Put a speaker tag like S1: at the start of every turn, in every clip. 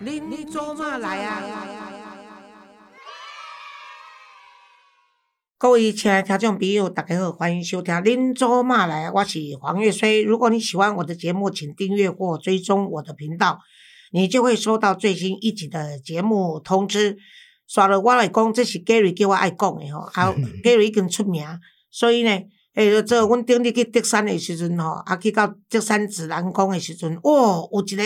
S1: 您您做嘛来啊？各位亲爱的听众朋友，大家好，欢迎收听《林州骂来》，啊我是黄月虽。如果你喜欢我的节目，请订阅或追踪我的频道，你就会收到最新一集的节目通知。刷了我来讲，这是 Gary 叫我爱讲的吼，啊 Gary 已经出名，所以呢，诶、欸，这阮顶日去德山的时阵吼，啊去到德山指南宫的时阵，哇、哦，有一个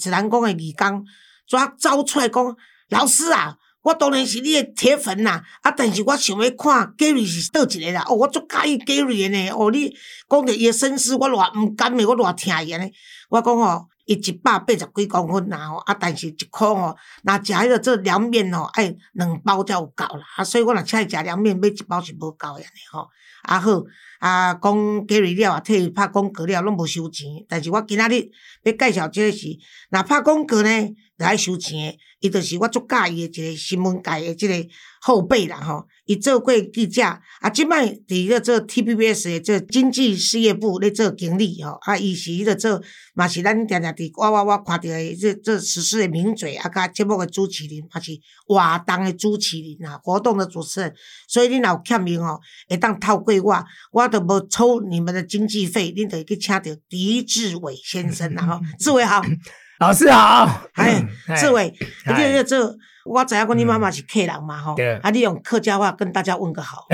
S1: 指南宫的义工，怎走出来讲，老师啊！我当然是你的铁粉啦，啊！但是我想要看 Gary 是倒一个啦，哦，我足介意 Gary 的呢，哦，你讲着伊的身世，我偌毋甘的，我偌疼伊安尼。我讲吼，伊一百八十几公分啦吼，啊，但是一箍吼，若食迄个做凉面吼，爱两包才有够啦，啊，所以我若请伊食凉面，买一包是无够安尼吼。啊好，啊讲 Gary 了啊，替伊拍广告了，拢无收钱，但是我今仔日要介绍即个是，若拍广告呢？来收钱的，伊就是我足介意的一个新闻界的即个后辈啦吼。伊做过记者，啊，即摆伫咧做 TPBS 的这经济事业部咧做经理吼。啊，伊是迄个做，嘛是咱定定伫我我我看着的这这时事的名嘴，啊，甲节目的主持人，嘛是活动的主持人啊，活动的主持人。所以恁若有欠用吼，会当透过我，我都无抽你们的经济费，恁就去请着狄志伟先生啦吼。志伟好。
S2: 老师好，
S1: 哎，志伟，你
S2: 嗯哎嗯
S1: 这这，我知影讲你妈妈是客人嘛吼
S2: 对，
S1: 啊，你用客家话跟大家问个 好，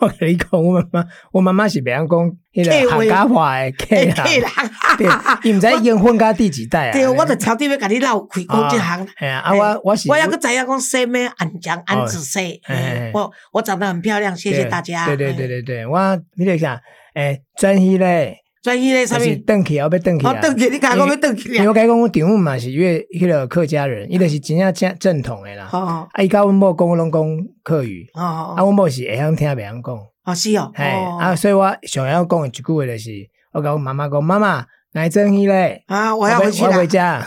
S2: 我跟你讲，我妈妈，我妈妈是袂晓讲迄
S1: 客话
S2: 个客家话的客
S1: 哎客人，
S2: 啦，
S1: 哈
S2: 啊对
S1: 哈哈，
S2: 伊毋知已经混到第几代啊？
S1: 对，我就挑底要甲你闹开讲这行。
S2: 哎呀，啊我我是
S1: 我要个知影讲谁妹安江安子谁，
S2: 哎
S1: 哎
S2: 哎
S1: 我我长得很漂亮，谢谢大家。
S2: 对对
S1: 哎
S2: 对，对对，我你就想，哎，转去咧，
S1: 专业嘞上
S2: 就是
S1: 面，
S2: 转去，后要转去
S1: 好
S2: 啊。
S1: 邓哦姐，你讲讲要邓姐
S2: 因为我甲伊讲，我丈母嘛是粤迄个客家人，伊就是真正正正统的啦。
S1: 哦
S2: 啊，伊甲阮某讲，我拢讲客语，
S1: 哦
S2: 啊，
S1: 哦
S2: 阮某是会晓听袂晓讲。
S1: 哦，是哦，
S2: 嘿，啊，
S1: 哦
S2: 所以我想要讲的一句话就是，我甲阮妈妈讲，妈妈，来蒸鱼嘞，
S1: 啊，我要回去
S2: 我
S1: 了
S2: 要。回家。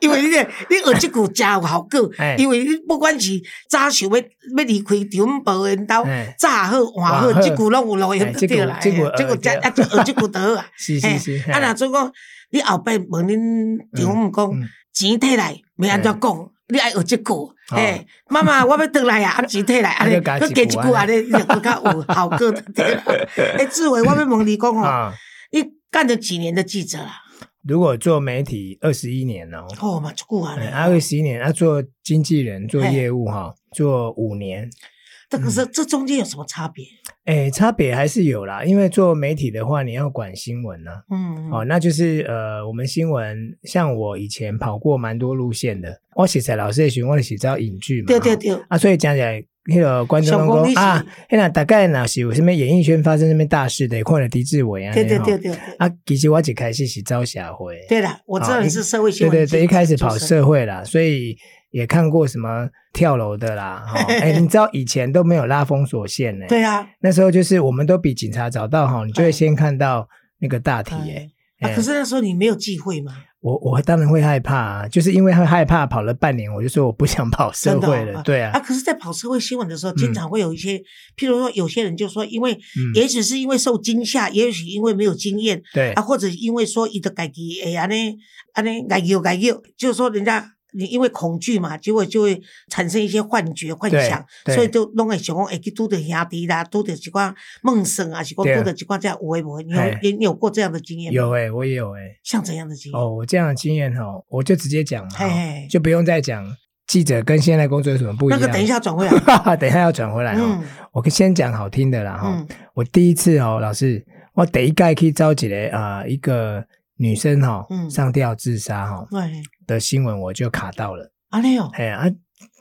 S1: 因为你这你学即句真有效果
S2: 哎，
S1: 因为你不管是早想要要离开中保因兜
S2: 哎，
S1: 早好晚好，
S2: 晚好
S1: 即句拢有路用
S2: 哎
S1: 得
S2: 这句
S1: 对啦。
S2: 这句
S1: 哎这句
S2: 学
S1: 真
S2: 得。
S1: 啊，就学即句得好啊
S2: 是
S1: 嘿
S2: 是是，
S1: 啊，
S2: 嘿
S1: 若做讲你后摆问恁丈母讲
S2: 嗯嗯
S1: 钱摕来，要安怎讲？你爱学即句，嘿，妈妈，我要倒来 啊，啊钱摕来，安尼，
S2: 啊
S1: 佮
S2: 再加
S1: 加一
S2: 一句
S1: 句安尼，你就更较 有效果就对啦。哎，志伟，我要问你讲哦，
S2: 啊，
S1: 你干了几年的记者啦？
S2: 如果做媒体二十一年哦，
S1: 哦嘛，即久啊
S2: 哎
S1: 咧。
S2: 啊二十一年，啊做经纪人做
S1: 嘿
S2: 业务哈，做五年，
S1: 这个是
S2: 嗯
S1: 这中间有什么差别？
S2: 哎，差别还是有啦，因为做媒体的话，你要管新闻呐。
S1: 嗯，
S2: 哦，那就是呃，我们新闻像我以前跑过蛮多路线的，我写在老师的询问写到影剧嘛，
S1: 对
S2: 哈
S1: 对对，
S2: 啊，所以讲起来，迄个观众拢
S1: 想
S2: 讲
S1: 讲
S2: 啊，迄个大概若是有什么演艺圈发生什么大事的，看了狄志伟啊，
S1: 对对
S2: 那样
S1: 对
S2: 吼
S1: 对对，
S2: 啊，其实我一开始是招社会，
S1: 对了，我知道你是社会新
S2: 啊对
S1: 闻，
S2: 对对，一开始跑，社会啦，所以也看过什么跳楼的啦，哈、哎、你知道以前都没有拉封锁线呢、
S1: 对啊，
S2: 那时候就是我们都比警察早到哈，你就会先看到那个大体耶、
S1: 啊，
S2: 哎
S1: 可是那时候你没有忌讳嘛，
S2: 我我当然会害怕、啊，就是因为会害怕，跑了半年我就说我不想跑社
S1: 真的
S2: 会
S1: 哦
S2: 了，对啊
S1: 啊，，可是，在跑社会新闻的时候，经常会有一些，譬如说，有些人就说，因为
S2: 嗯
S1: 也许是因为受惊吓，也许因为没有经验
S2: 对
S1: 啊，或者因为说伊的改己哎呀呢，啊呢改又改又，就是说人家。你因为恐惧嘛，结果就会产生一些幻觉、幻想，
S2: 对对
S1: 所以就拢会想讲，哎会去拄着兄弟啦，拄着一寡梦想啊，是讲
S2: 对
S1: 拄着一寡这样有诶无诶，你有
S2: 嘿
S1: 你你有过这样的经验吗？
S2: 有哎、我也有哎、
S1: 像怎样的经验？
S2: 哦，我这样的经验哈，我就直接讲嘛，
S1: 嘿嘿
S2: 就不用再讲记者跟现在工作有什么不一
S1: 那
S2: 样。
S1: 个等一，下转回来。
S2: 等一下要转回来哈、
S1: 嗯
S2: 我先讲好听的啦哈、
S1: 嗯
S2: 我第一次哦，老师，我第一盖去招几个啊、呃一个女生哈、
S1: 嗯
S2: 上吊自杀哈、
S1: 哎，
S2: 的新闻，我就卡到了。
S1: 安尼哦，
S2: 哎呀、啊，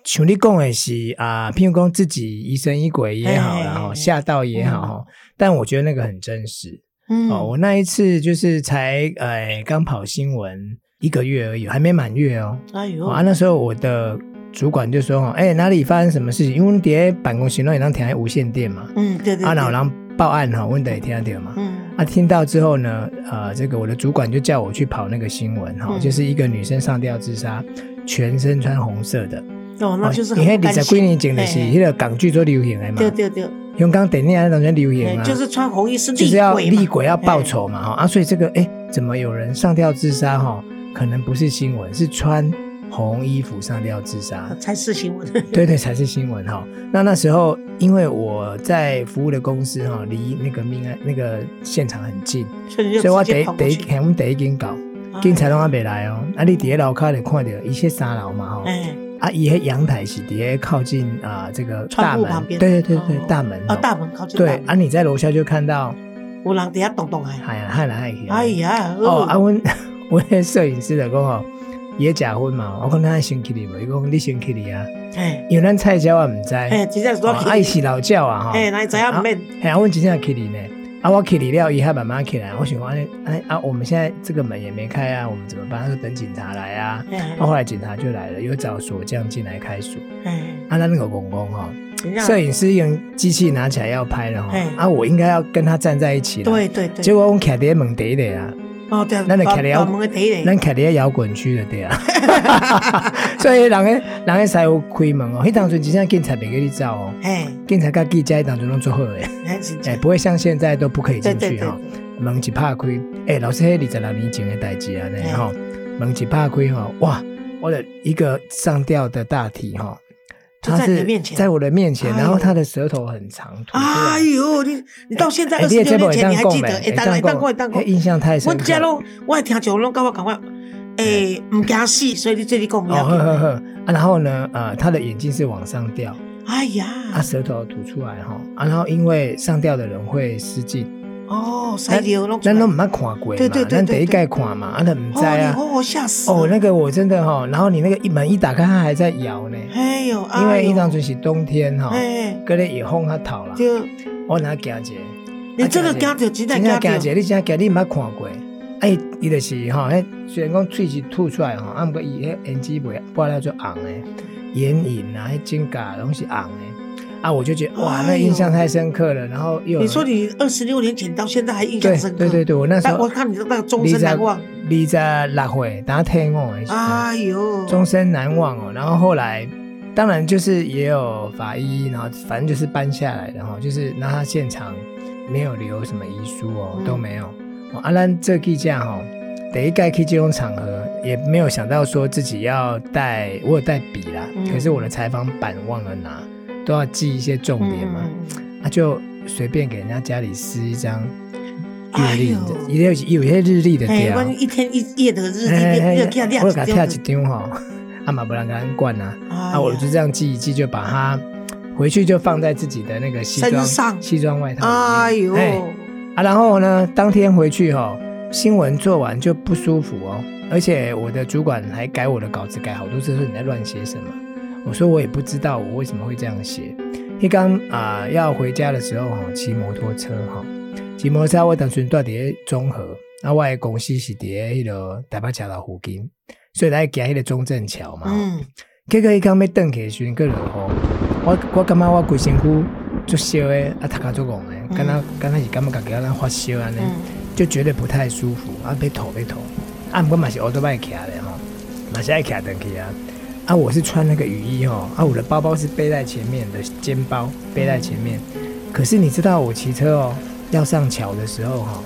S2: 像你讲的是啊、譬如讲自己疑神疑鬼也好啦，
S1: 嘿嘿嗯
S2: 哈
S1: 嘿
S2: 吓到也好哈、但我觉得那个很真实。
S1: 嗯，
S2: 哦，我那一次就是才呃刚跑新闻一个月而已，还没满月哦。
S1: 哎呦
S2: 哦，啊，那时候我的主管就说哦，哎、哪里发生什么事情？因为我们在办公室那里当停在无线电嘛，
S1: 嗯，对对对，
S2: 啊，然后然后报案哈，问的也听得到嘛。
S1: 嗯，
S2: 啊，听到之后呢，呃，这个我的主管就叫我去跑那个新闻哈、
S1: 嗯
S2: 就是一个女生上吊自杀，全身穿红色的，
S1: 哦，那就是很
S2: 你看
S1: 担
S2: 二
S1: 心
S2: 十几年前的是
S1: 嘿嘿
S2: 那个港剧做流行的嘛，
S1: 对对对，
S2: 香港电影那当然流行
S1: 哎
S2: 啊，
S1: 就是穿红衣是
S2: 就
S1: 厉
S2: 是要
S1: 鬼嘛
S2: 厉鬼要报仇嘛哈啊，所以这个哎，诶怎么有人上吊自杀哈？可能不是新闻，是穿红衣服上吊自杀。
S1: 才是新 闻。
S2: 对对，才是新闻哈。那那时候，因为我在服务的公司哈，离那个命案那个现场很近，
S1: 所以你
S2: 所
S1: 就
S2: 以我
S1: 直
S2: 得
S1: 接跑过
S2: 得
S1: 去。嗯啊
S2: 我们得紧搞，警察拢还袂来哦。啊，你伫咧楼骹就看到一些三楼嘛吼，
S1: 哎，
S2: 啊，伊迄阳台是伫咧靠近啊、这个
S1: 窗
S2: 大
S1: 户
S2: 门
S1: 旁，边
S2: 对对对
S1: 哦
S2: 大门
S1: 啊，
S2: 吼
S1: 大门靠近大
S2: 对
S1: 门，
S2: 啊，你在楼下就看到，
S1: 有人底下动动哎，
S2: 哎呀，害来害去。
S1: 哎呀，
S2: 哦，啊，
S1: 呃，
S2: 阮 阮迄摄影师就讲哦，伊咧食薰嘛，哦我讲咱先去哩无，伊讲你先去哩啊，
S1: 哎
S2: 因为咱菜鸟也毋知，
S1: 哎，真正是
S2: 哦
S1: 我
S2: 啊伊是老鸟啊吼，
S1: 哎，那知影唔免，
S2: 嘿啊，阮真正去哩呢，啊，我去哩了，伊还慢慢起来，我想讲安尼安尼啊，我们现在这个门也没开啊，我们怎么办？他说等警察来啊，
S1: 哎
S2: 啊，后来警察就来了，又找锁匠进来开锁，
S1: 哎，
S2: 啊，咱那个公公吼，
S1: 真正
S2: 摄影师用机器拿起来要拍了吼
S1: 嘿，
S2: 啊，我应该要跟他站在一起了，
S1: 对对对，
S2: 结果我们徛在门底咧啊。
S1: 哦对，
S2: 咱就
S1: 大
S2: 徛了
S1: 大门的第一
S2: 咱徛伫咧摇滚区就对啊， 所以人个人个师傅开门哦，迄当阵真正警察袂给你走哦，
S1: 哎，
S2: 警察甲记者迄当阵拢做好 诶，
S1: 哎，真
S2: 诶、
S1: 正，
S2: 不会哦像现在都不可以
S1: 对
S2: 进
S1: 对
S2: 去
S1: 对
S2: 吼、，门一拍开，诶、老师迄二十六年前诶代志啊呢吼，门一拍开吼、哇，我的一个上吊的大体吼、
S1: 就
S2: 它
S1: 在你
S2: 是
S1: 面前
S2: 在我的面前，
S1: 哎呦
S2: 然后他的舌头很长，吐出
S1: 哎
S2: 来。
S1: 呦，你你到现在
S2: 哎
S1: 二
S2: 你
S1: 十
S2: 的
S1: 六
S2: 节目
S1: 年前你还
S2: 会当讲
S1: 记
S2: 没
S1: 得？哎，当然，当过，当
S2: 哎
S1: 过。
S2: 印象太
S1: 我
S2: 深刻
S1: 家
S2: 了。
S1: 拢，我的听众拢跟我讲我，诶，唔惊死，所以你做你讲唔
S2: 哦
S1: 要
S2: 呵呵
S1: 紧。
S2: 呵，啊，然后呢，呃，他的眼睛是往上吊，
S1: 哎
S2: 啊，
S1: 呀，
S2: 舌头吐出来哈，啊，然后因为上吊的人会失禁，
S1: 哦，塞尿拢出来，
S2: 咱都唔捌看过嘛，
S1: 对对对
S2: 咱
S1: 对
S2: 第一
S1: 对
S2: 盖看嘛，啊，咱唔
S1: 哦，
S2: 知啊
S1: 你，哦，吓死了！
S2: 哦，那个我真的哈，然后你那个一门一打开，它还在摇呢，
S1: 哎呦，哎呦
S2: 因为伊当初是冬天哈，
S1: 哎，
S2: 个咧也风较透啦，
S1: 对，
S2: 我哪惊者，
S1: 你真的惊到，真
S2: 真
S1: 的
S2: 正
S1: 惊
S2: 惊
S1: 到，
S2: 者，你真惊你唔捌看过，哎，伊伊就是哈，迄虽然讲喙是吐出来哈，啊，毋过伊迄胭脂啊袂抹了就红诶，眼影啊，迄指甲拢是红诶。啊，我就觉得哇，那印象太深刻了。然后又有
S1: 哎你说你二十六年前到现在还印象
S2: 对
S1: 深刻，
S2: 对对对，我那时
S1: 但
S2: 候
S1: 我看你的那个终身难忘，
S2: 二十六岁，打退伍的时候，
S1: 哎呦，
S2: 终身难忘哦。然后后来，当然就是也有法医，然后反正就是搬下来的哈，就是那他现场没有留什么遗书哦，
S1: 嗯
S2: 都没有。哦啊，咱这记者哈，得一概去这种场合，也没有想到说自己要带，我有带笔啦，
S1: 嗯
S2: 可是我的采访板忘了拿，都要记一些重点嘛。
S1: 嗯，嗯
S2: 他就随便给人家家里撕一张
S1: 哎
S2: 日历
S1: 呦，
S2: 也有有些日历的
S1: 哎，
S2: 掉，
S1: 关于一天一夜的日
S2: 哎
S1: 历，
S2: 哎
S1: 热气
S2: 哎
S1: 量
S2: 我给他跳一
S1: 子，
S2: 张吼， 阿妈不让给他灌啊，
S1: 啊
S2: 啊，我就这样记一记，就把它回去就放在自己的那个西
S1: 身
S2: 装
S1: 上
S2: 西装外套
S1: 哎
S2: 里
S1: 呦
S2: 面，，啊，然后呢，当天回去吼，新闻做完就不舒服哦，而且我的主管还改我的稿子，改好多次说你在乱写什么。我说我也不知道我为什么会这样写。一刚啊要回家的时候哈，骑摩托车哈，骑摩托车我当时住伫中和，啊我的公司是伫迄个台北桥的附近，所以来行迄个中正桥嘛。
S1: 嗯，
S2: 结果伊讲要转去的时阵，佫落雨。我我感觉我规身躯足烧的，啊头壳足戆的，敢若敢若是感觉家己敢若发烧安尼，
S1: 嗯
S2: 就觉得不太舒服，啊被吐被吐。啊，毋过嘛是奥特曼徛的吼，嘛是爱徛登去啊。啊，我是穿那个雨衣吼，啊我的包包是背在前面的肩包背在前面。可是你知道我骑车哦，要上桥的时候哈、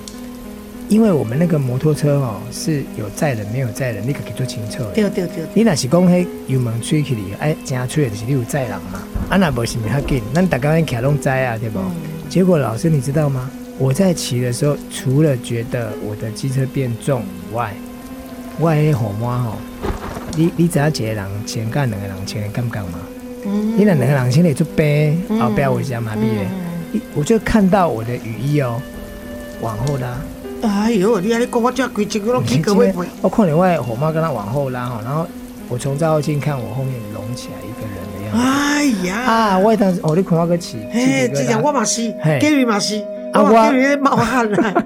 S2: 因为我们那个摩托车哦是有载人没有载人，你可以做清楚的。
S1: 对对对，
S2: 你若是讲迄油门吹起哩，哎，真吹的就是你有载人嘛。啊，那无是咪较紧，咱大家徛拢知啊，对不？
S1: 嗯
S2: 结果老师你知道吗？我在骑的时候，除了觉得我的机车变重以外，我迄火妈吼，你你知影一个人前干两个人前的感觉吗？
S1: 嗯
S2: 你若两个人前咧做背，
S1: 嗯
S2: 后壁有一只麻痹的，
S1: 嗯
S2: 你我就看到我的雨衣哦，往后拉。
S1: 哎呦，你安尼讲我这规矩我拢起个会背，
S2: 我看另外火妈跟他往后拉哈，然后我从照妖镜看我后面隆起来一个人的样子。
S1: 哎呀，
S2: 嗯啊，我当时哦，你看我个起，
S1: 嘿，
S2: 起
S1: 这
S2: 鸡皮疙瘩
S1: 样我嘛是
S2: 嘿
S1: ，Gary 嘛是，我
S2: 啊我
S1: 嘛 Gary 在冒汗啊啦。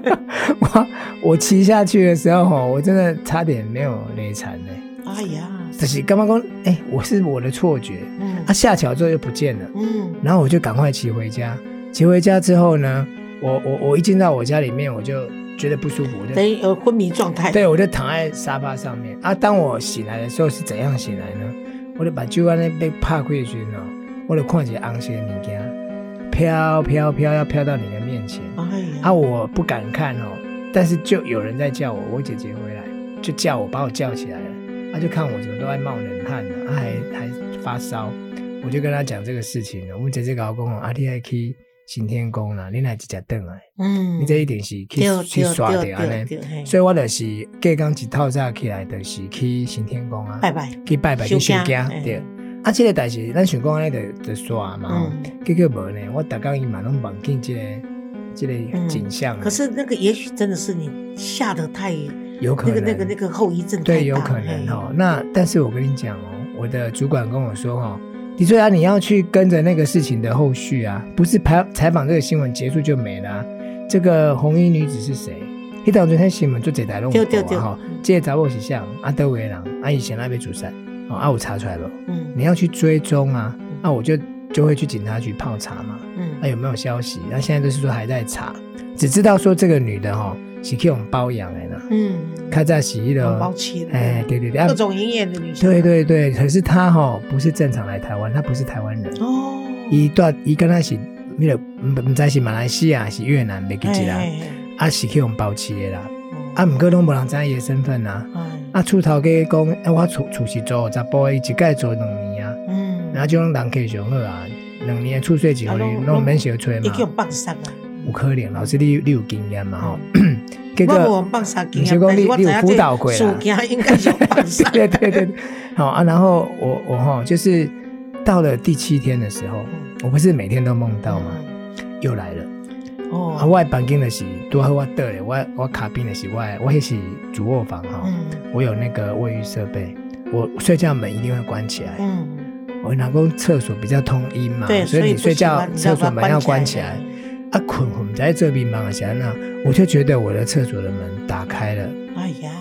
S2: 我我骑下去的时候吼，我真的差点没有累残呢。
S1: 哎呀，
S2: 就是干嘛讲，哎、我是我的错觉。
S1: 嗯
S2: 啊，下桥之后又不见了，
S1: 嗯，
S2: 然后我就赶快骑回家。骑回家之后呢，我我我一进到我家里面，我就觉得不舒服，我就
S1: 等于呃有昏迷状态。
S2: 哎对我就躺在沙发上面。啊，当我醒来的时候是怎样醒来呢？我就把酒安尼被拍开的时候，我就看见红色的物件飘飘飘要飘到你的面前。啊
S1: 哎呀，
S2: 啊，我不敢看哦，但是就有人在叫我，我姐姐回来，就叫我把我叫起来了，他就看我怎么都在冒冷汗呢、啊，他还还发烧，我就跟他讲这个事情了。我们在这个工啊，你还去行天宫啦，你来一只凳啊，
S1: 嗯，
S2: 你这一定是去
S1: 对
S2: 去
S1: 对
S2: 刷
S1: 对
S2: 掉安
S1: 对
S2: 尼。
S1: 对，嘿
S2: 所以我就是隔刚一透早起来，就是去行天宫啊，
S1: 拜嗯拜，
S2: 去拜拜去
S1: 收
S2: 收
S1: 惊
S2: 惊
S1: 嘿
S2: 对。啊，这个代志咱想讲安尼就就刷嘛吼，
S1: 嗯。
S2: 结果无呢，我逐工伊嘛拢望见这个这个景象啊，
S1: 嗯可是那个也许真的是你下的太
S2: 有可
S1: 那个
S2: 能
S1: 那个那个后遗症太大，
S2: 对，有可能哦。那但是我跟你讲哦，我的主管跟我说哦，李翠啊，你要去跟着那个事情的后续啊，不是采采访这个新闻结束就没了啊、这个红衣女子是谁？迄当昨天新闻做这台弄
S1: 对对对
S2: 播哈，啊这个查某是像阿德维人，啊以前那边主杀，哦啊我查出来了，
S1: 嘿，嗯
S2: 你要去追踪啊
S1: 嗯，
S2: 啊我就就会去警察局泡茶嘛，
S1: 嗯
S2: 啊有没有消息？那、现在就是说还在查，只知道说这个女的哦是去我们包养的啦，
S1: 嗯，
S2: 开在洗衣
S1: 很
S2: 的
S1: 包期的，
S2: 哎，对对对，啊
S1: 各种营业的女生，
S2: 对对对，可是他哈、不是正常来台湾，他不是台湾人，
S1: 哦，
S2: 伊到伊跟他是那个不不知是马来西亚是越南袂记记啦，
S1: 嘿，嘿
S2: 啊是去用包起的啦，
S1: 嘿
S2: 啊毋过拢无人知伊的身份啊，
S1: 哎
S2: 啊厝头家讲，啊我厝厝是做查甫，伊一届做两年啊，
S1: 嗯，
S2: 然后就拢人客上好啊，两年的厝税一回
S1: 啊拢
S2: 拢免小吹
S1: 伊
S2: 嘛，
S1: 叫放杀啊，
S2: 有可能老师你有你有经验嘛吼，结
S1: 嗯我
S2: 果
S1: 无放杀经
S2: 你是
S1: 验，
S2: 讲
S1: 但
S2: 你
S1: 是我
S2: 你
S1: 知
S2: 有
S1: 影
S2: 辅导过
S1: 这
S2: 啦
S1: 事件应该是有放杀，
S2: 对对对，对好啊。然后我我哈，就是到了第七天的时候，
S1: 嗯
S2: 我不是每天都梦到吗？？又来了。啊，
S1: 哦，
S2: 我的房间的是多好，我得了，我我卡宾的是我的我那是主卧房哈，
S1: 嗯
S2: 我有那个卫浴设备，我睡觉门一定会关起来。
S1: 嗯，
S2: 我老公厕所比较通阴嘛，
S1: 对，
S2: 啊所以你
S1: 不
S2: 睡
S1: 喜
S2: 觉
S1: 欢你
S2: 厕所门要关起
S1: 起
S2: 来。，啊，困困在这边忙起来那，我就觉得我的厕所的门打开了。
S1: 哎呀，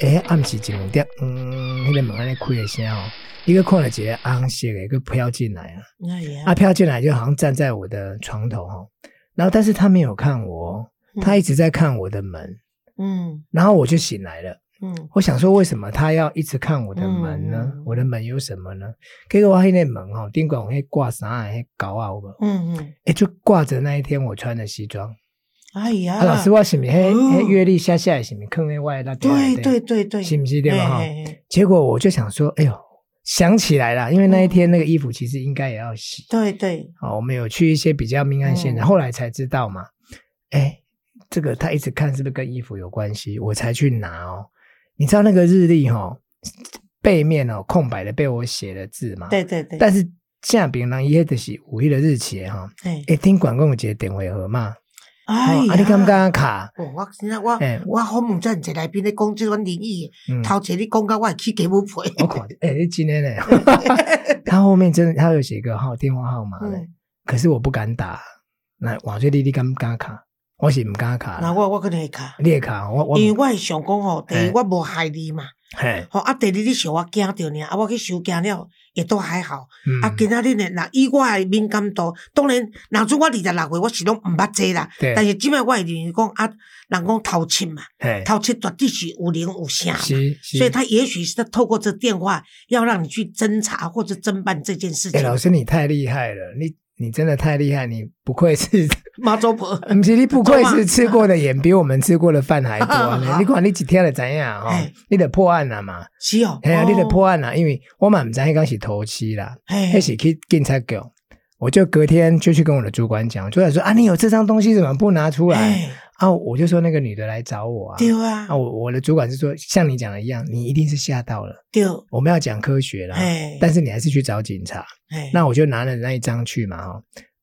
S2: 诶，暗时一两点，嗯，迄、个门安尼开的声哦，你个看了一个红色的，佮飘进来啊，
S1: 哎呀，
S2: 啊，飘进来就好像站在我的床头吼，然后但是他没有看我哦，他一直在看我的门，
S1: 嗯
S2: 然后我就醒来了，
S1: 嗯
S2: 我想说为什么他要一直看我的门呢？
S1: 嗯
S2: 我的门有什么呢？结果我迄个门吼，顶管有迄挂啥的迄狗啊，有无？
S1: 嗯嗯，
S2: 诶，就挂着那一天我穿的西装，
S1: 哎呀，
S2: 啊，老师，我哎是不是
S1: 哦
S2: 迄迄阅历下下来是不是放在我的那袋
S1: 对
S2: 内底
S1: 对对对，哎
S2: 是不是对吧？哈
S1: 嘿嘿嘿
S2: 结果我就想说，哎呦，想起来了，因为那一
S1: 嗯
S2: 天那个衣服其实应该也要洗。
S1: 对对，
S2: 哦，我们有去一些比较命案现场，
S1: 嗯
S2: 后来才知道嘛。哎，这个他一直看是不是跟衣服有关系，我才去拿哦。你知道那个日历哦，背面哦空白的被我写的字嘛？。
S1: 对对对，
S2: 但是下边人也的是五一的日期的哈。
S1: 哎
S2: 哎，听管工节电话号码，
S1: 哎
S2: 哦
S1: 呀，
S2: 啊，你敢不敢卡？
S1: 哦，我真正我
S2: 哎
S1: 我好唔知一来宾咧讲即款灵异
S2: 嗯
S1: 的，头前你讲到我会起鸡母皮，
S2: 我靠，哎、你 今天呢？ 他后面真的，他有写个号电话号码的，
S1: 嗯
S2: 可是我不敢打。那我这你你敢不敢卡？我是唔敢卡
S1: 那
S2: 啦，
S1: 我我可能会卡，
S2: 你会卡？我我
S1: 因为我会想讲吼，第一
S2: 哎
S1: 我无害你嘛，
S2: 嘿，
S1: 吼啊第二你想我惊着呢，啊我去收惊了也都还好，
S2: 嗯
S1: 啊今仔日呢，那以我的敏感度，当然，若准我二十六岁，我是拢毋捌这啦，
S2: 对，
S1: 但是即摆我会认为讲啊，人讲偷窃嘛，
S2: 嘿，
S1: 偷窃绝对是有灵有声嘛。
S2: 是是，
S1: 所以他也许是在透过这电话，要让你去侦查或者侦办这件事
S2: 哎、
S1: 情。
S2: 老师你太厉害了，你你真的太厉害，你不愧是，
S1: 马祖婆，
S2: 不是你不愧
S1: 做
S2: 是
S1: 梦
S2: 吃过的 盐比我们吃过的饭还多呢。
S1: 好
S2: 你管你几天了怎样哦
S1: 嘿？
S2: 你得破案了嘛？
S1: 是哦，
S2: 哎呀，
S1: 哦
S2: 你得，破案了，因为我嘛唔知迄讲是头七啦。
S1: 嘿
S2: 一起去警察局，我就隔天就去跟我的主管讲，主管说啊，你有这张东西怎么不拿出来？
S1: 哎
S2: 啊，我就说那个女的来找我啊，
S1: 对啊
S2: 啊，，我我的主管是说像你讲的一样，你一定是吓到了，
S1: 对，
S2: 我们要讲科学啦，
S1: 哎，
S2: 但是你还是去找警察，
S1: 哎
S2: 那我就拿了那一张去嘛，哈。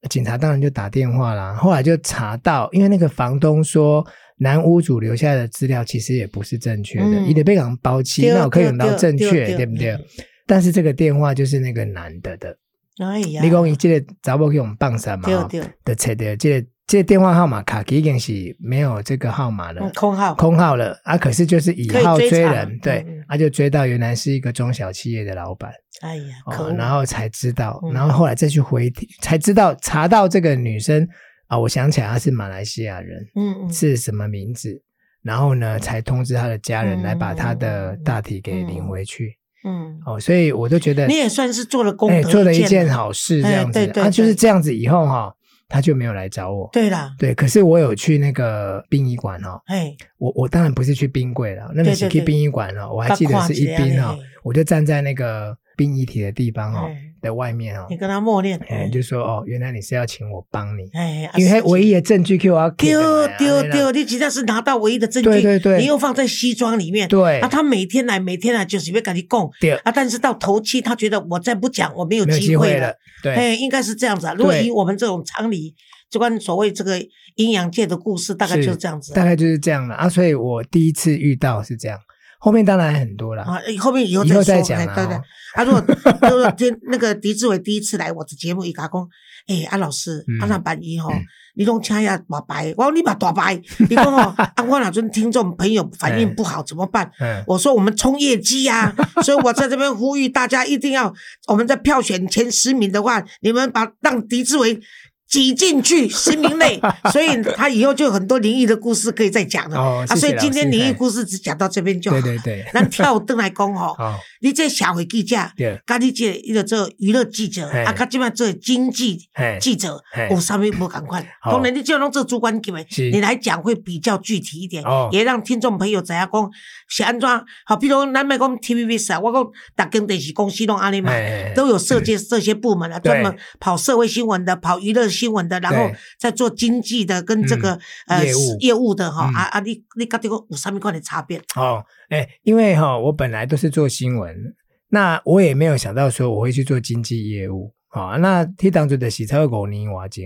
S2: 警察当然就打电话啦，后来就查到，因为那个房东说男屋主留下的资料其实也不是正确的，
S1: 嗯
S2: 你得被港包期，
S1: 对哦
S2: 那我可以用到
S1: 对
S2: 正确，
S1: 对嗯
S2: 对不对
S1: 对？
S2: 但是这个电话就是那个男的的，
S1: 哎呀，
S2: 你讲伊这个查某去用放闪嘛，
S1: 对哦
S2: 吼
S1: 对，
S2: 就找到这个这个电话号码卡已经是没有这个号码了
S1: 嗯，，空号，
S2: 空号了啊。可是就是以号
S1: 可以
S2: 追
S1: 追查
S2: 人，对
S1: 嗯嗯，
S2: 他就追到原来是一个中小企业的老板，
S1: 哎呀，可
S2: 哦
S1: 恶，
S2: 然后才知道，
S1: 嗯
S2: 然后后来再去回才知道查到这个女生啊，我想起来她是马来西亚人，
S1: 嗯嗯，
S2: 是什么名字？然后呢，才通知她的家
S1: 嗯
S2: 人来把她的
S1: 嗯嗯
S2: 大体给领回去。
S1: 嗯，
S2: 哦，所以我都觉得
S1: 你也算是做了功
S2: 哎
S1: 德，
S2: 做了一件，好事，这样子，
S1: 哎对对
S2: 啊，就是
S1: 对
S2: 这样子以后哈、他就没有来找我。
S1: 对啦，
S2: 对，可是我有去那个殡仪馆哦，
S1: 哎，
S2: 我我当然不是去冰柜了，那
S1: 对对
S2: 个是去
S1: 对
S2: 殡仪馆哦，我还记得是
S1: 啊
S2: 一冰哦，我就站在那个殡仪体的地方哦
S1: 嗯
S2: 的外面哦
S1: 你，跟他默念，
S2: 哎，就说哦，原来你是要请我帮你，
S1: 哎，啊
S2: 因为他唯一的证据 Q R
S1: 丢丢丢，啊你实在是拿到唯一的证据，
S2: 对对对
S1: 你又放在西装里面，
S2: 对
S1: 啊，他每天来每天来就是会跟你供，
S2: 对
S1: 啊，但是到头期他觉得我再不讲我没有
S2: 没有
S1: 机
S2: 机
S1: 会
S2: 会
S1: 了
S2: 了，，对，
S1: 哎，应该是这样子啊。如果
S2: 对
S1: 以我们这种常理，就关所谓这个阴阳界的故事，大概
S2: 是
S1: 就是这样子
S2: 大概就是这样了啊，所以我第一次遇到是这样，后面当然还很多啦，
S1: 啊。后面以后
S2: 以后
S1: 再
S2: 再
S1: 说，
S2: 讲
S1: 哎
S2: 啦
S1: 对对
S2: 哦。
S1: 啊， 如果如果今那个狄志伟第一次来我的节目，伊甲讲，诶，啊老师，
S2: 嗯
S1: 啊那万一吼
S2: 嗯，
S1: 你拢请遐大牌，我讲你嘛大牌，你讲 吼，啊我哪阵听众朋友反应不好怎么办？
S2: 嗯，
S1: 我说我们冲业绩 呀、所以我在这边呼吁大家一定要，我们在票选前十名的话，你们把让狄志伟挤进去十名 内，所以他以后就有很多灵异的故事可以再讲了。
S2: 哦，
S1: 啊，
S2: 谢谢
S1: 所以
S2: 老
S1: 今天
S2: 师
S1: 灵异
S2: 哎
S1: 故事只讲到这边就好
S2: 哦嗯对。对对，
S1: 咱跳转来讲吼，
S2: 好，
S1: 你这社会记者，
S2: 对，
S1: 甲你这伊个做娱乐记者，
S2: 嘿
S1: 啊，甲即摆做经济
S2: 哎，
S1: 记者哦
S2: 嘿，
S1: 有啥物无共款？
S2: 好
S1: 当然，你就拢做主管级的，
S2: 是
S1: 你来讲会比较具体一点
S2: 哦，
S1: 也让听众朋友知影讲是安怎。好，比如咱莫讲 TVB 啥，我讲逐间电视公司拢安尼嘛
S2: 哎哎哎，
S1: 都有涉及这些部门啊，
S2: 对
S1: 专门跑社会新闻的，跑娱乐新闻的，然后
S2: 对嗯
S1: 再做经济的跟这个呃
S2: 业务
S1: 业务的哈
S2: 嗯
S1: 啊啊，你你甲这个有啥物款的差别？
S2: 哦，哎，因为哈、我本来都是做新闻，那我也没有想到说我会去做经济业务。好、那替当初的洗菜狗泥瓦金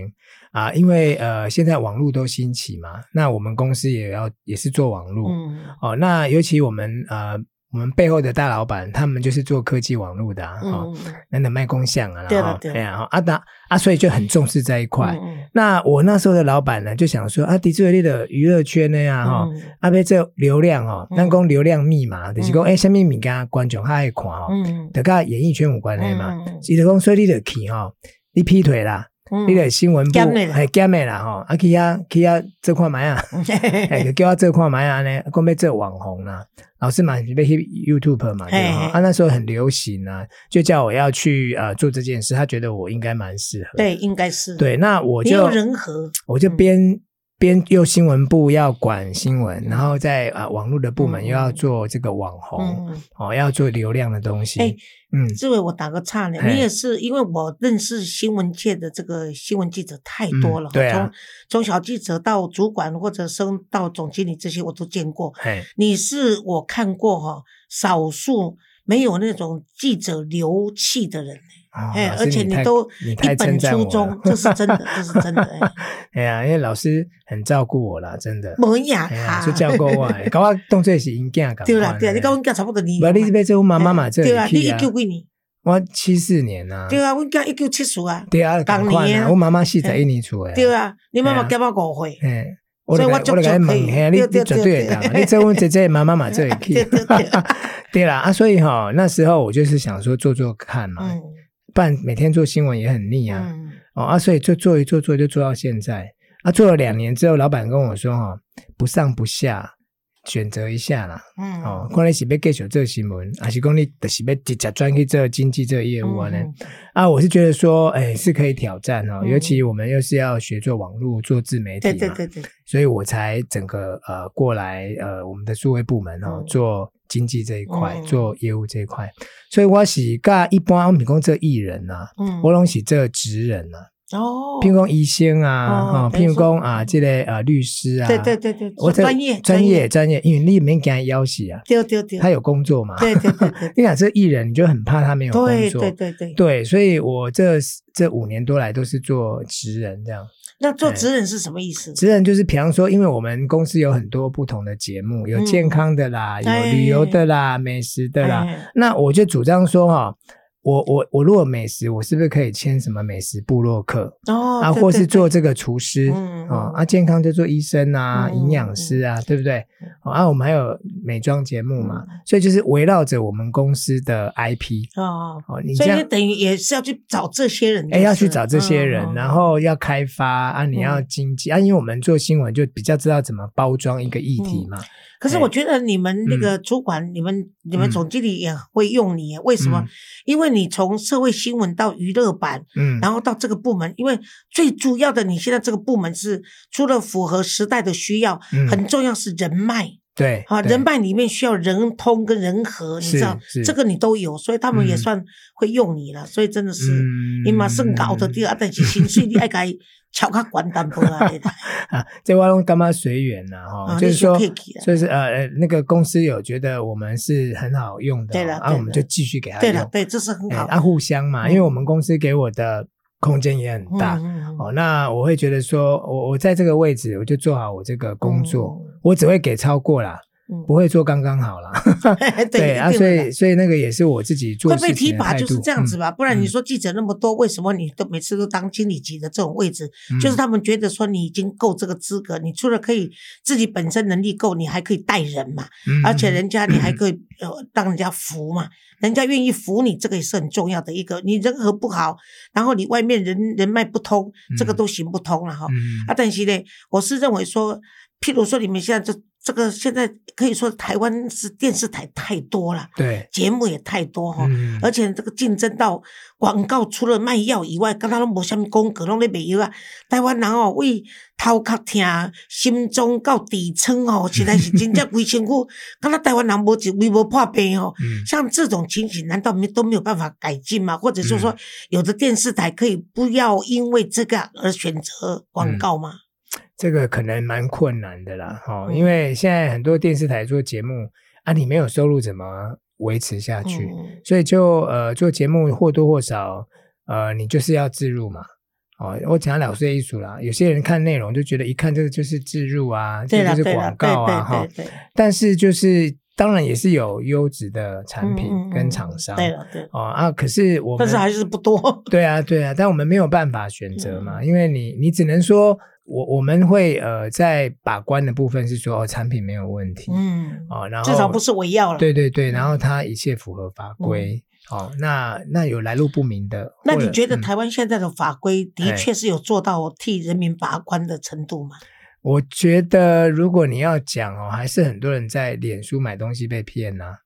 S2: 啊，因为呃，现在网络都兴起嘛，那我们公司也要也是做网络、
S1: 嗯。
S2: 哦。那尤其我们呃，我们背后的大老板，他们就是做科技网络的啊，哦，
S1: 嗯，
S2: 那能卖公像啊，
S1: 对了
S2: 然后
S1: 对了
S2: 哎呀，哦啊达啊，所以就很重视这一块。
S1: 嗯嗯
S2: 那我那时候的老板呢，就想说啊，迪士尼的娱乐圈呢啊，哈、
S1: 嗯
S2: 啊，要这流量哦，
S1: 嗯
S2: 咱讲流量密码，就是讲
S1: 嗯
S2: 诶，什么物件观众较爱看哦，
S1: 嗯，
S2: 就甲演艺圈有关的嘛。
S1: 嗯，嗯
S2: 伊就讲，所以你就去吼，你劈腿啦，
S1: 嗯
S2: 你的新闻部
S1: 减的啦
S2: 哎减的啦吼，啊去遐去遐做看卖 啊，
S1: 嗯
S2: 哎就叫我做看卖啊呢，讲要做网红啦，老师嘛是要去 YouTube 嘛，对
S1: 嘿
S2: 吧
S1: 嘿
S2: 啊那时候很流行啊，就叫我要去呃做这件事，他觉得我应该蛮适合。
S1: 对，应该是，
S2: 对，那我
S1: 你有
S2: 就
S1: 人和，
S2: 我就
S1: 嗯
S2: 边边又新闻部要管新闻，
S1: 嗯
S2: 然后在啊、呃网络的部门
S1: 嗯
S2: 又要做这个网红、
S1: 嗯，
S2: 哦，要做流量的东西。
S1: 哎
S2: 嗯，
S1: 志伟，我打个岔呢，
S2: 嘿
S1: 你也是因为我认识新闻界的这个新闻记者太多了，
S2: 嗯对啊
S1: 从从小记者到主管或者升到总经理这些我都见过，
S2: 哎，
S1: 你是我看过哈少数。没有那种记者流气的人，
S2: 哦
S1: 哎、
S2: 老师
S1: 而且
S2: 你
S1: 你
S2: 太
S1: 都
S2: 你
S1: 一
S2: 太
S1: 本
S2: 称赞
S1: 初
S2: 我
S1: 衷
S2: 了，，
S1: 这是真的，这是真的。哎
S2: 哎呀，因为老师很照顾我啦，真的。
S1: 无呀
S2: 哎
S1: 哈
S2: 呀，，就照顾 我的，搞我当作是因囝搞。
S1: 对啦，对啊啦，你跟阮囝差不多年。
S2: 不，你是被这我妈妈嘛这
S1: 对啊，你
S2: 里去
S1: 一
S2: 啊？嗯
S1: 九几年？
S2: 我七四年呐。
S1: 对啊，阮囝一九七四啊。
S2: 对啊，赶
S1: 同
S2: 快
S1: 年啊
S2: 啊！我妈妈是在印尼出诶。
S1: 对啊，你妈妈
S2: 哎呀
S1: 减我五岁。
S2: 嘿，我
S1: 所以
S2: 就
S1: 我
S2: 我
S1: 足
S2: 就该
S1: 足
S2: 问
S1: 可以
S2: 嘿，你
S1: 对对
S2: 你绝对
S1: 对
S2: 的
S1: 对
S2: 啦，你这问姐姐妈妈嘛这里
S1: 对
S2: 去
S1: 对对，
S2: 对啦啊，所以哈那时候我就是想说做做看嘛，
S1: 嗯
S2: 不然每天做新闻也很腻啊，
S1: 嗯，
S2: 哦啊，所以就做一做做就做到现在啊，做了两年之后，老板跟我说哈，不上不下。选择一下啦，
S1: 嗯
S2: 哦，看你是要继续做新闻，还是讲你就是要直接转去做经济这业务啊呢？
S1: 嗯
S2: 啊，我是觉得说，哎，是可以挑战哦，
S1: 嗯
S2: 尤其我们又是要学做网络、做自媒体
S1: 对
S2: 嘛，
S1: 对对对，
S2: 所以我才整个呃过来呃我们的数位部门哦、
S1: 嗯
S2: 做经济这一块，
S1: 嗯
S2: 做业务这一块，所以我是甲一般我们讲这艺人呐、
S1: 嗯
S2: 我拢是这职人呐、啊，
S1: 哦，
S2: 譬如讲医生啊，
S1: 哦
S2: 哦，
S1: 等于
S2: 譬如
S1: 说
S2: 讲啊，这类啊律师啊，
S1: 对对对对，
S2: 我这
S1: 专业
S2: 专业，专业，因为你没给他要挟啊，
S1: 对对对，
S2: 他有工作嘛，
S1: 对对对对
S2: 你想这艺人，你就很怕他没 有工作，
S1: 对对对对。
S2: 对，所以我这这五年多来都是做职人这样。
S1: 那做职人是什么意思？
S2: 哎职人就是，比方说，因为我们公司有很多不同的节目，有
S1: 嗯
S2: 健康的啦，
S1: 哎
S2: 有旅游的啦，美食的啦。
S1: 哎
S2: 那我就主张说哈、我我我如果美食，我是不是可以签什么美食部落客
S1: 哦，
S2: 啊，
S1: 对
S2: 或
S1: 对
S2: 是
S1: 对
S2: 做这个厨师
S1: 嗯
S2: 啊
S1: 嗯？
S2: 啊，健康就做医生啊，
S1: 嗯
S2: 营养师啊，对不对？哦啊，我们还有美妆节目嘛，
S1: 嗯
S2: 所以就是围绕着我们公司的 IP
S1: 哦，
S2: 哦，你
S1: 所
S2: 这
S1: 以
S2: 样
S1: 你等于也是要去找这些人，
S2: 哎，要去找这些
S1: 嗯
S2: 人，然
S1: 后
S2: 后要开发啊，你要
S1: 嗯嗯
S2: 经济、啊，因为我们做新闻就比较知道怎么包装一个议题嘛。
S1: 可是
S2: 哎
S1: 我觉得你们那个主管，你们你们
S2: 嗯
S1: 总经理也会用你耶，为什么？
S2: 嗯
S1: 因为你从社会新闻到娱乐版，
S2: 嗯，
S1: 然后到这个部门，因为最主要的，你现在这个部门是除了符合时代的需要，
S2: 嗯
S1: 很重要是人脉
S2: 对
S1: 啊，
S2: 对
S1: 人脉里面需要人通跟人和，你
S2: 是
S1: 知道
S2: 是
S1: 这个你都有，所以他们也
S2: 嗯
S1: 算会用你了，所以真的是。
S2: 嗯
S1: 你嘛算高的对啊，但是薪水你爱该超较管淡薄啊，对啦
S2: 啊，这我拢干嘛随缘呐哈，
S1: 啊
S2: 就
S1: 你
S2: 是
S1: 是
S2: 说
S1: 客气，啦
S2: 就是呃呃，那个公司有觉得我们是很好用的哦，
S1: 对了
S2: 啊，
S1: 对
S2: 我们
S1: 了
S2: 就继续给他
S1: 对
S2: 用
S1: 了，，对，这是很
S2: 哎
S1: 好。
S2: 啊，互相嘛，因为我们公司给我的空间也很大
S1: 嗯，嗯嗯
S2: 哦，那我会觉得说，我我在这个位置，我就做好我这个工作，
S1: 嗯
S2: 我只会给超过啦，
S1: 嗯
S2: 不会做刚刚好啦。
S1: 对
S2: 啊，
S1: 一定
S2: 所
S1: 会
S2: 以
S1: 的
S2: 所以那个也是我自己做
S1: 会
S2: 事
S1: 被提
S2: 情的
S1: 拔
S2: 态
S1: 就
S2: 度
S1: 是这样子
S2: 嗯
S1: 吧，不然
S2: 嗯
S1: 你说记者那么多，为什么你都每次都当经理级的这种位置？
S2: 嗯
S1: 就是他们觉得说你已经够这个资格，你除了可以自己本身能力够，你还可以带人嘛，
S2: 嗯
S1: 而且人家你还可以呃让人家服嘛，人家愿意服你，这个也是很重要的一个。你人和不好，然后你外面人人脉不通，这个
S2: 嗯
S1: 都行不通了哈。
S2: 嗯
S1: 啊，但是呢，我是认为说，譬如说你们现在这这个现在可以说台湾是电视台太多了，
S2: 对，
S1: 节目也太多哈、
S2: 嗯
S1: 哦而且这个竞争到广告除了卖药以外，刚刚拢无啥物广告，拢咧卖药啊。台湾人哦，为头壳疼、心脏到底层哦，实在是真正 规身躯，敢若台湾人无一微无破病哦。
S2: 嗯
S1: 像这种情形，难道没都没有办法改进吗？或者是说
S2: 嗯，
S1: 有的电视台可以不要因为这个而选择
S2: 嗯
S1: 广告吗？
S2: 这个可能蛮困难的啦，哦，
S1: 嗯
S2: 因为现在很多电视台做节目啊，你没有收入怎么维持下去？
S1: 嗯
S2: 所以就呃做节目或多或少，呃，你就是要自入嘛。哦，我讲老师的艺术啦，有些人看内容就觉得一看这个就是自入啊，
S1: 对
S2: 这
S1: 了，
S2: 就是
S1: 对了
S2: 广，
S1: 对
S2: 告啊，哈
S1: 对。对对，
S2: 但是就是当然也是有优质的产
S1: 嗯
S2: 品
S1: 嗯
S2: 跟
S1: 嗯
S2: 厂商，
S1: 对了对了，
S2: 哦啊，可是我们
S1: 但是还是不 多。
S2: 对啊，对啊，但我们没有办法选择
S1: 嗯
S2: 嘛，因为你你只能说，我我们会呃在把关的部分是说哦产品没有问题
S1: 嗯，
S2: 哦，然后
S1: 至少不是我嗯要了。
S2: 对对对，然后它一切符合法规。哦，那那有来路不明的，
S1: 那
S2: 或
S1: 你
S2: 者
S1: 觉得
S2: 嗯
S1: 台湾现在的法规
S2: 哎
S1: 的确是有做到替人民把关的程度吗？
S2: 我觉得如果你要讲哦，还是很多人在脸书买东西被骗呐、哦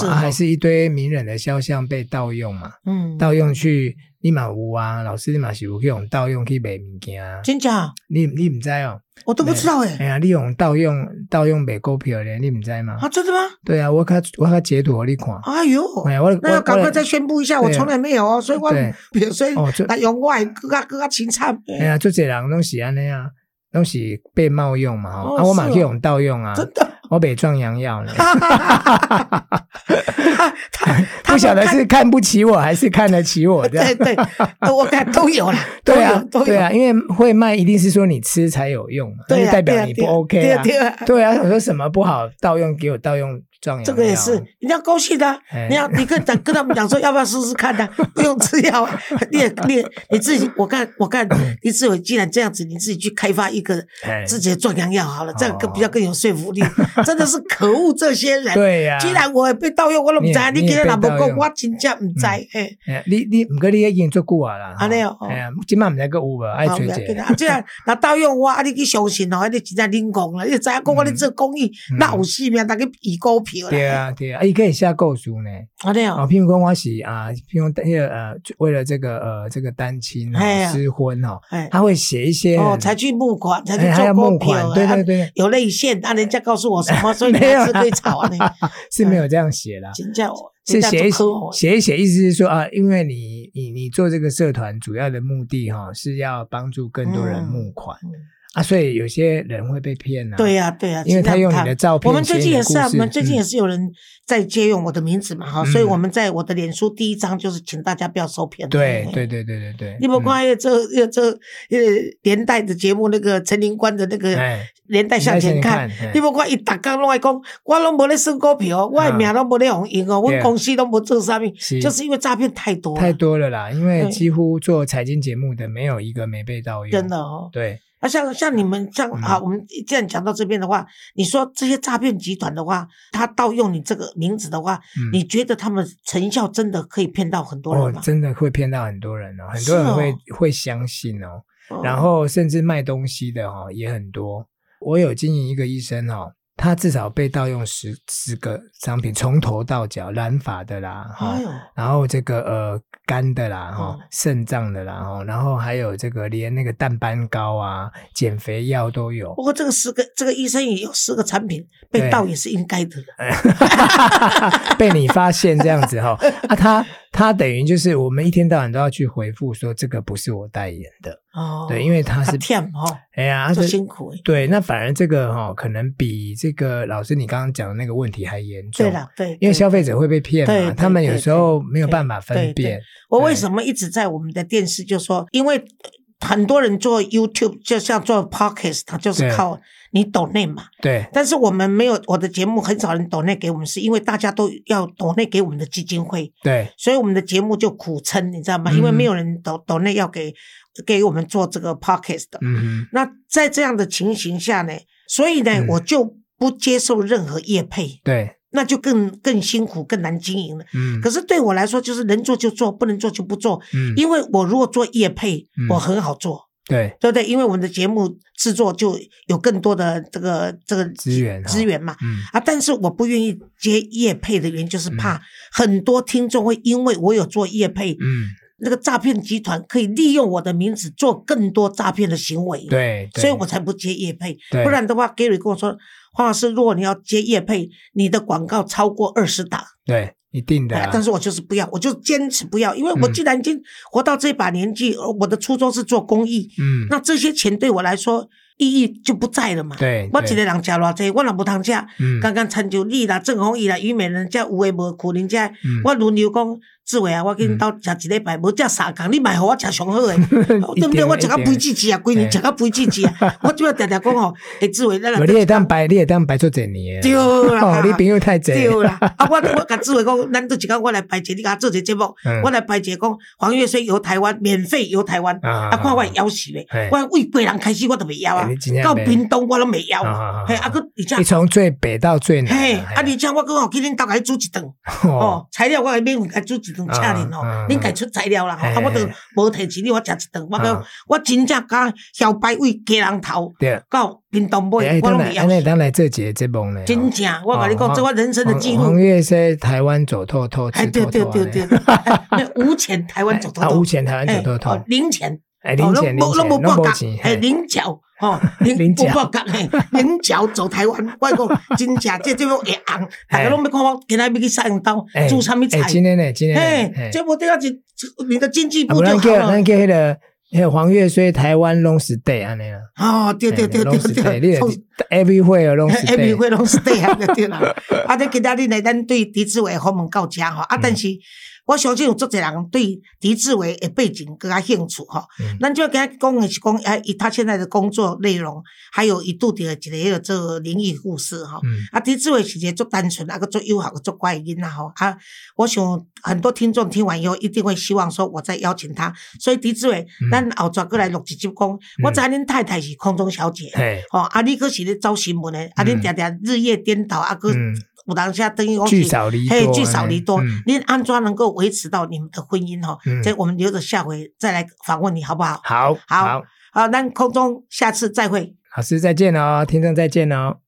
S1: 是
S2: 啊
S1: 哦，
S2: 还是一堆名人的肖像被盗用嘛，
S1: 嗯，
S2: 盗用去立马无啊，老师立马是有用盗用去买物件啊，
S1: 真假
S2: 你你唔知哦？
S1: 我都不知道
S2: 哎
S1: 哎。
S2: 呀，你用盗用盗用买股票的，你唔知吗？
S1: 啊，真的吗？
S2: 对啊，我看我看截图给你看，
S1: 哎呦，
S2: 哎呀，我
S1: 那要
S2: 我
S1: 赶快
S2: 我
S1: 再宣布一下，
S2: 对啊
S1: 我从来没有哦，所以我
S2: 对
S1: 比如说
S2: 哦这
S1: 来用啊我的各个各个情惨。
S2: 哎呀，做这人拢是安尼啊，拢是被冒用嘛吼、
S1: 哦
S2: 啊，我嘛
S1: 是哦
S2: 去用盗用啊，
S1: 真的，
S2: 我被壮阳药呢。
S1: 他他他
S2: 不晓得
S1: 们看
S2: 是看不起我还是看得起我这样
S1: 对。对，呃我看都有啦，都
S2: 对啊
S1: 有，都
S2: 对
S1: 有
S2: 啊，，因为会卖一定是说你吃才有用嘛，
S1: 对啊
S2: 那就代
S1: 对
S2: 表
S1: 啊
S2: 你不
S1: 对啊
S2: OK
S1: 对
S2: 啊
S1: 啊。对啊。
S2: 对啊，我说什么不好，盗用给我盗用壮阳
S1: 这
S2: 药。
S1: 个也是，人家高兴的啊、
S2: 哎
S1: 你要你跟跟他们讲说，要不要试试看呢、 不用吃药啊，你也你也你自己，我看我看你自己既然这样子，你自己去开发一个
S2: 哎
S1: 自己的壮阳药好了，这样更比较
S2: 哦
S1: 更有说服力。真的是可恶这些人，
S2: 对呀。
S1: 既然我也被盗用，我都不知道，
S2: 你也
S1: 你今天老婆
S2: 你也被盗
S1: 讲，
S2: 用
S1: 我真正唔知道，哎、
S2: 哎，你你唔过你已经做久啊啦。
S1: 安尼哦
S2: 吼哎呀，今晚唔知个有无？爱
S1: 好，
S2: 崔
S1: 不要
S2: 姐
S1: 紧。啊！既然那盗用我，啊，你去相信哦，啊你真正领功了，你知影讲我咧做公益，那有性命，大家移股票
S2: 嗯对
S1: 啦，
S2: 啊，对啊，啊，伊可以下构书呢。
S1: 安尼
S2: 哦，
S1: 哦，
S2: 譬如讲我是啊，譬如那个呃，为了这个呃这个单亲哦
S1: 哎呀
S2: 失婚哦，
S1: 哎。
S2: 他会写一些
S1: 哦，
S2: 很
S1: 才去募款，才去
S2: 哎还要
S1: 做
S2: 募
S1: 股
S2: 款
S1: 票，，
S2: 对
S1: 啊
S2: 对对，
S1: 有内线，啊，人家告诉我什 么，所以你
S2: 没有
S1: 要吃
S2: 啦
S1: 对草 啊，你
S2: 是没有这样写啦，
S1: 请教
S2: 是写一
S1: 我，
S2: 写一写，意思是说啊，因为你你你做这个社团主要的目的哈、是要帮助更多人募款、
S1: 嗯
S2: 啊，所以有些人会被骗啊。
S1: 对呀对呀，
S2: 因为他用你的照片
S1: 我们最近也是啊，我
S2: 写你的故事
S1: 们最近也是有人在借用我的名字嘛，哈，
S2: 嗯
S1: 所以我们在我的脸书第一章就是请大家不要受骗。
S2: 对
S1: 哎
S2: 对。对对对对，
S1: 你们
S2: 嗯
S1: 看那个这那个这呃连带的节目，那个陈林官的那个
S2: 哎，
S1: 连带向前看，
S2: 你
S1: 你
S2: 不
S1: 无看伊逐工拢爱讲，我拢无咧算股票，我的命拢无咧互用哦，
S2: 嗯对啊
S1: 阮公司拢无做啥物，
S2: 是
S1: 就是因为诈骗太多了，
S2: 太多了啦，因为
S1: 对
S2: 几乎做财经节目的没有一个没被盗用。
S1: 真的哦。
S2: 对，
S1: 那像像你们像
S2: 嗯
S1: 啊，我们既然讲到这边的话，你说这些诈骗集团的话，他盗用你这个名字的话，
S2: 嗯
S1: 你觉得他们成效真的可以骗到很多
S2: 哦
S1: 人吗，？
S2: 真的会骗到很多人哦，很
S1: 是
S2: 多人
S1: 哦
S2: 会会相信哦。
S1: 哦
S2: 然后甚至卖东西的哈、哦、也很多。我有经营一个医生哈、哦，他至少被盗用十十个商品，从头到脚，染发的啦，哈、
S1: 哎呦，
S2: 然后这个呃肝的啦，哈、
S1: 嗯
S2: 肾脏的啦，哈，然后还有这个连那个淡斑膏啊、减肥药都有
S1: 不。过这个十个这个医生也有十个产品被
S2: 对
S1: 盗也是应该的了。
S2: 被你发现这样子哈、啊，他他等于就是我们一天到晚都要去回复说这个不是我代言的，
S1: 哦，
S2: 对，因为 他
S1: 他
S2: 是
S1: 骗哈，
S2: 哎呀，
S1: 这
S2: 他是
S1: 辛苦哎。
S2: 对，那反而这个哈、可能比这个老师你刚刚讲的那个问题还严重，
S1: 对了，对，
S2: 因为
S1: 对
S2: 消费者会被骗
S1: 对
S2: 嘛，
S1: 对
S2: 他们有时候没有
S1: 对
S2: 办法分
S1: 对对
S2: 辨，
S1: 我
S2: 对
S1: 为什么一直在我们的电视就说，因为很多人做 YouTube，就像做 Podcast，他就是
S2: 对
S1: 靠你抖内嘛。
S2: 对
S1: 但是我们没有，我的节目很少人抖内给我们，是因为大家都要抖内给我们的基金会，
S2: 对
S1: 所以我们的节目就苦撑，你知道吗？因为
S2: 嗯
S1: 没有人抖抖内要给给我们做这个 Podcast 的。
S2: 嗯哼，
S1: 那在这样的情形下呢，所以呢，
S2: 嗯
S1: 我就不接受任何业配，
S2: 对，
S1: 那就更更辛苦、更难经营了。
S2: 嗯，
S1: 可是对我来说，就是能做就做，不能做就不做。
S2: 嗯，
S1: 因为我如果做业配，
S2: 嗯
S1: 我很好做，
S2: 对
S1: 对不对？因为我们的节目制作就有更多的这个这个
S2: 资源哈
S1: 资源嘛。
S2: 嗯
S1: 啊，但是我不愿意接业配的原因，就是怕很多听众会因为我有做业配，
S2: 嗯，
S1: 那个诈骗集团可以利用我的名字做更多诈骗的行为。
S2: 对，对
S1: 所以我才不接业配。
S2: 对
S1: 不然的话，Gary 跟我说，黄老师，如果你要接业配，你的广告超过二十档，
S2: 对一定的
S1: 哎
S2: 啊，
S1: 但是我就是不要，我就坚持不要，因为我
S2: 嗯
S1: 既然已经活到这把年纪，而我的初衷是做公益，
S2: 嗯，
S1: 那这些钱对我来说意义就不在了嘛。
S2: 对，
S1: 我
S2: 对
S1: 一个人吃偌济，我若无通吃，
S2: 嗯
S1: 刚刚参就你啦、郑弘毅啦、虞美人，这有诶无苦，人家
S2: 嗯
S1: 我轮流讲，志伟啊，我跟你
S2: 嗯
S1: 斗食一礼拜，无食三工，你卖互我食上 好诶。哦对不对？我食到肥滋滋啊，规年食到肥滋滋 啊！我主要常常讲吼，诶，志伟，咱
S2: 我你也当白，你也当白做几年，
S1: 对
S2: 哦
S1: 啦，
S2: 你朋友太济，
S1: 对 啦。啊，我我甲志伟讲，咱都一天我来排一个，你甲我做一个节目
S2: 嗯，
S1: 我来排一个讲黄月水游台湾，免费游台湾。
S2: 啊
S1: 啊，看我会枵死未
S2: 嘿？
S1: 我为贵人开始我都未枵啊
S2: 哎你真，的
S1: 到
S2: 袂
S1: 屏东我拢未枵
S2: 啊啊啊啊。
S1: 嘿，啊，佮而且
S2: 你从最北到最南，
S1: 嘿，
S2: 哎
S1: 啊，而 且我佮吼去恁兜甲你煮一顿。哦，，材料我会免费甲煮一顿请恁哦
S2: 嗯嗯，
S1: 恁家出材料啦，吼，
S2: 嘿
S1: 啊，我都
S2: 嘿
S1: 无提钱，你我食一顿，我
S2: 嗯
S1: 讲我真正敢小白为家人头
S2: 对，
S1: 到屏东
S2: 哎
S1: 买，我
S2: 当
S1: 拢
S2: 然，
S1: 袂晓
S2: 哎，当然这节节目呢，
S1: 真正，我甲你
S2: 哦
S1: 讲，这我人生的记
S2: 黄黄
S1: 录，
S2: 月在台湾走透透，
S1: 哎，
S2: 吃
S1: 对
S2: 透
S1: 对
S2: 透啊
S1: 对对，对，哎无钱台湾走透
S2: 啊，
S1: 透
S2: 无，钱台湾
S1: 哎
S2: 走透
S1: 哦
S2: 透，
S1: 零钱，
S2: 哎，零钱零
S1: 拢
S2: 钱，
S1: 拢无
S2: 拢
S1: 半
S2: 无
S1: 角
S2: 钱，，
S1: 哎，
S2: 嘿
S1: 零角， 吼，
S2: 零角
S1: 无半角，嘿，哎零角走台湾，我讲 真正，这这要会红，大家拢要看我今仔要去上刀
S2: 哎
S1: 煮啥物
S2: 哎
S1: 菜。
S2: 今天呢，今天呢，
S1: 嘿
S2: 嘿，
S1: 这无对啊，就就你的经济
S2: 啊
S1: 部
S2: 不
S1: 就
S2: 然
S1: 好
S2: 叫
S1: 了
S2: 咱。叫迄个，迄个黄月虽台湾 long stay 安尼啦，啊
S1: 哦，对对对对
S2: 嘿，long stay，
S1: 对
S2: 你
S1: 对
S2: 得，everywhere long
S1: 哎，每
S2: stay，
S1: 回拢是对啊，对对 啦。啊，这今仔日呢，咱对狄志伟的访问到这
S2: 嗯
S1: 吼，啊，但是我相信有足侪人对狄志伟的背景更加兴趣吼
S2: 嗯。
S1: 咱就跟他讲的是讲，哎，以他现在的工作内容，还有伊拄着的一个这个灵异故事吼。
S2: 嗯
S1: 啊，狄志伟是一个足单纯，啊个足友好，个足乖的囡仔吼。啊，我想很多听众听完以后，一定会希望说我再邀请他。所以狄志伟，
S2: 嗯
S1: 咱后转过来录一集讲，我知恁太太是空中小姐，
S2: 嘿，
S1: 吼、啊，你可是咧走新闻诶，啊，恁
S2: 嗯
S1: 常常日夜颠倒，啊，搁
S2: 嗯
S1: 有当下等于讲
S2: 聚
S1: 是，
S2: 少离
S1: 嘿
S2: 多，，啊
S1: 聚少离多
S2: 嗯，
S1: 恁安怎能够维持到你们的婚姻吼？
S2: 嗯
S1: 这我们留着下回再来访问你好不好？
S2: 好，
S1: 好，，好，咱空中下次再会。
S2: 老师再见哦，听众再见哦。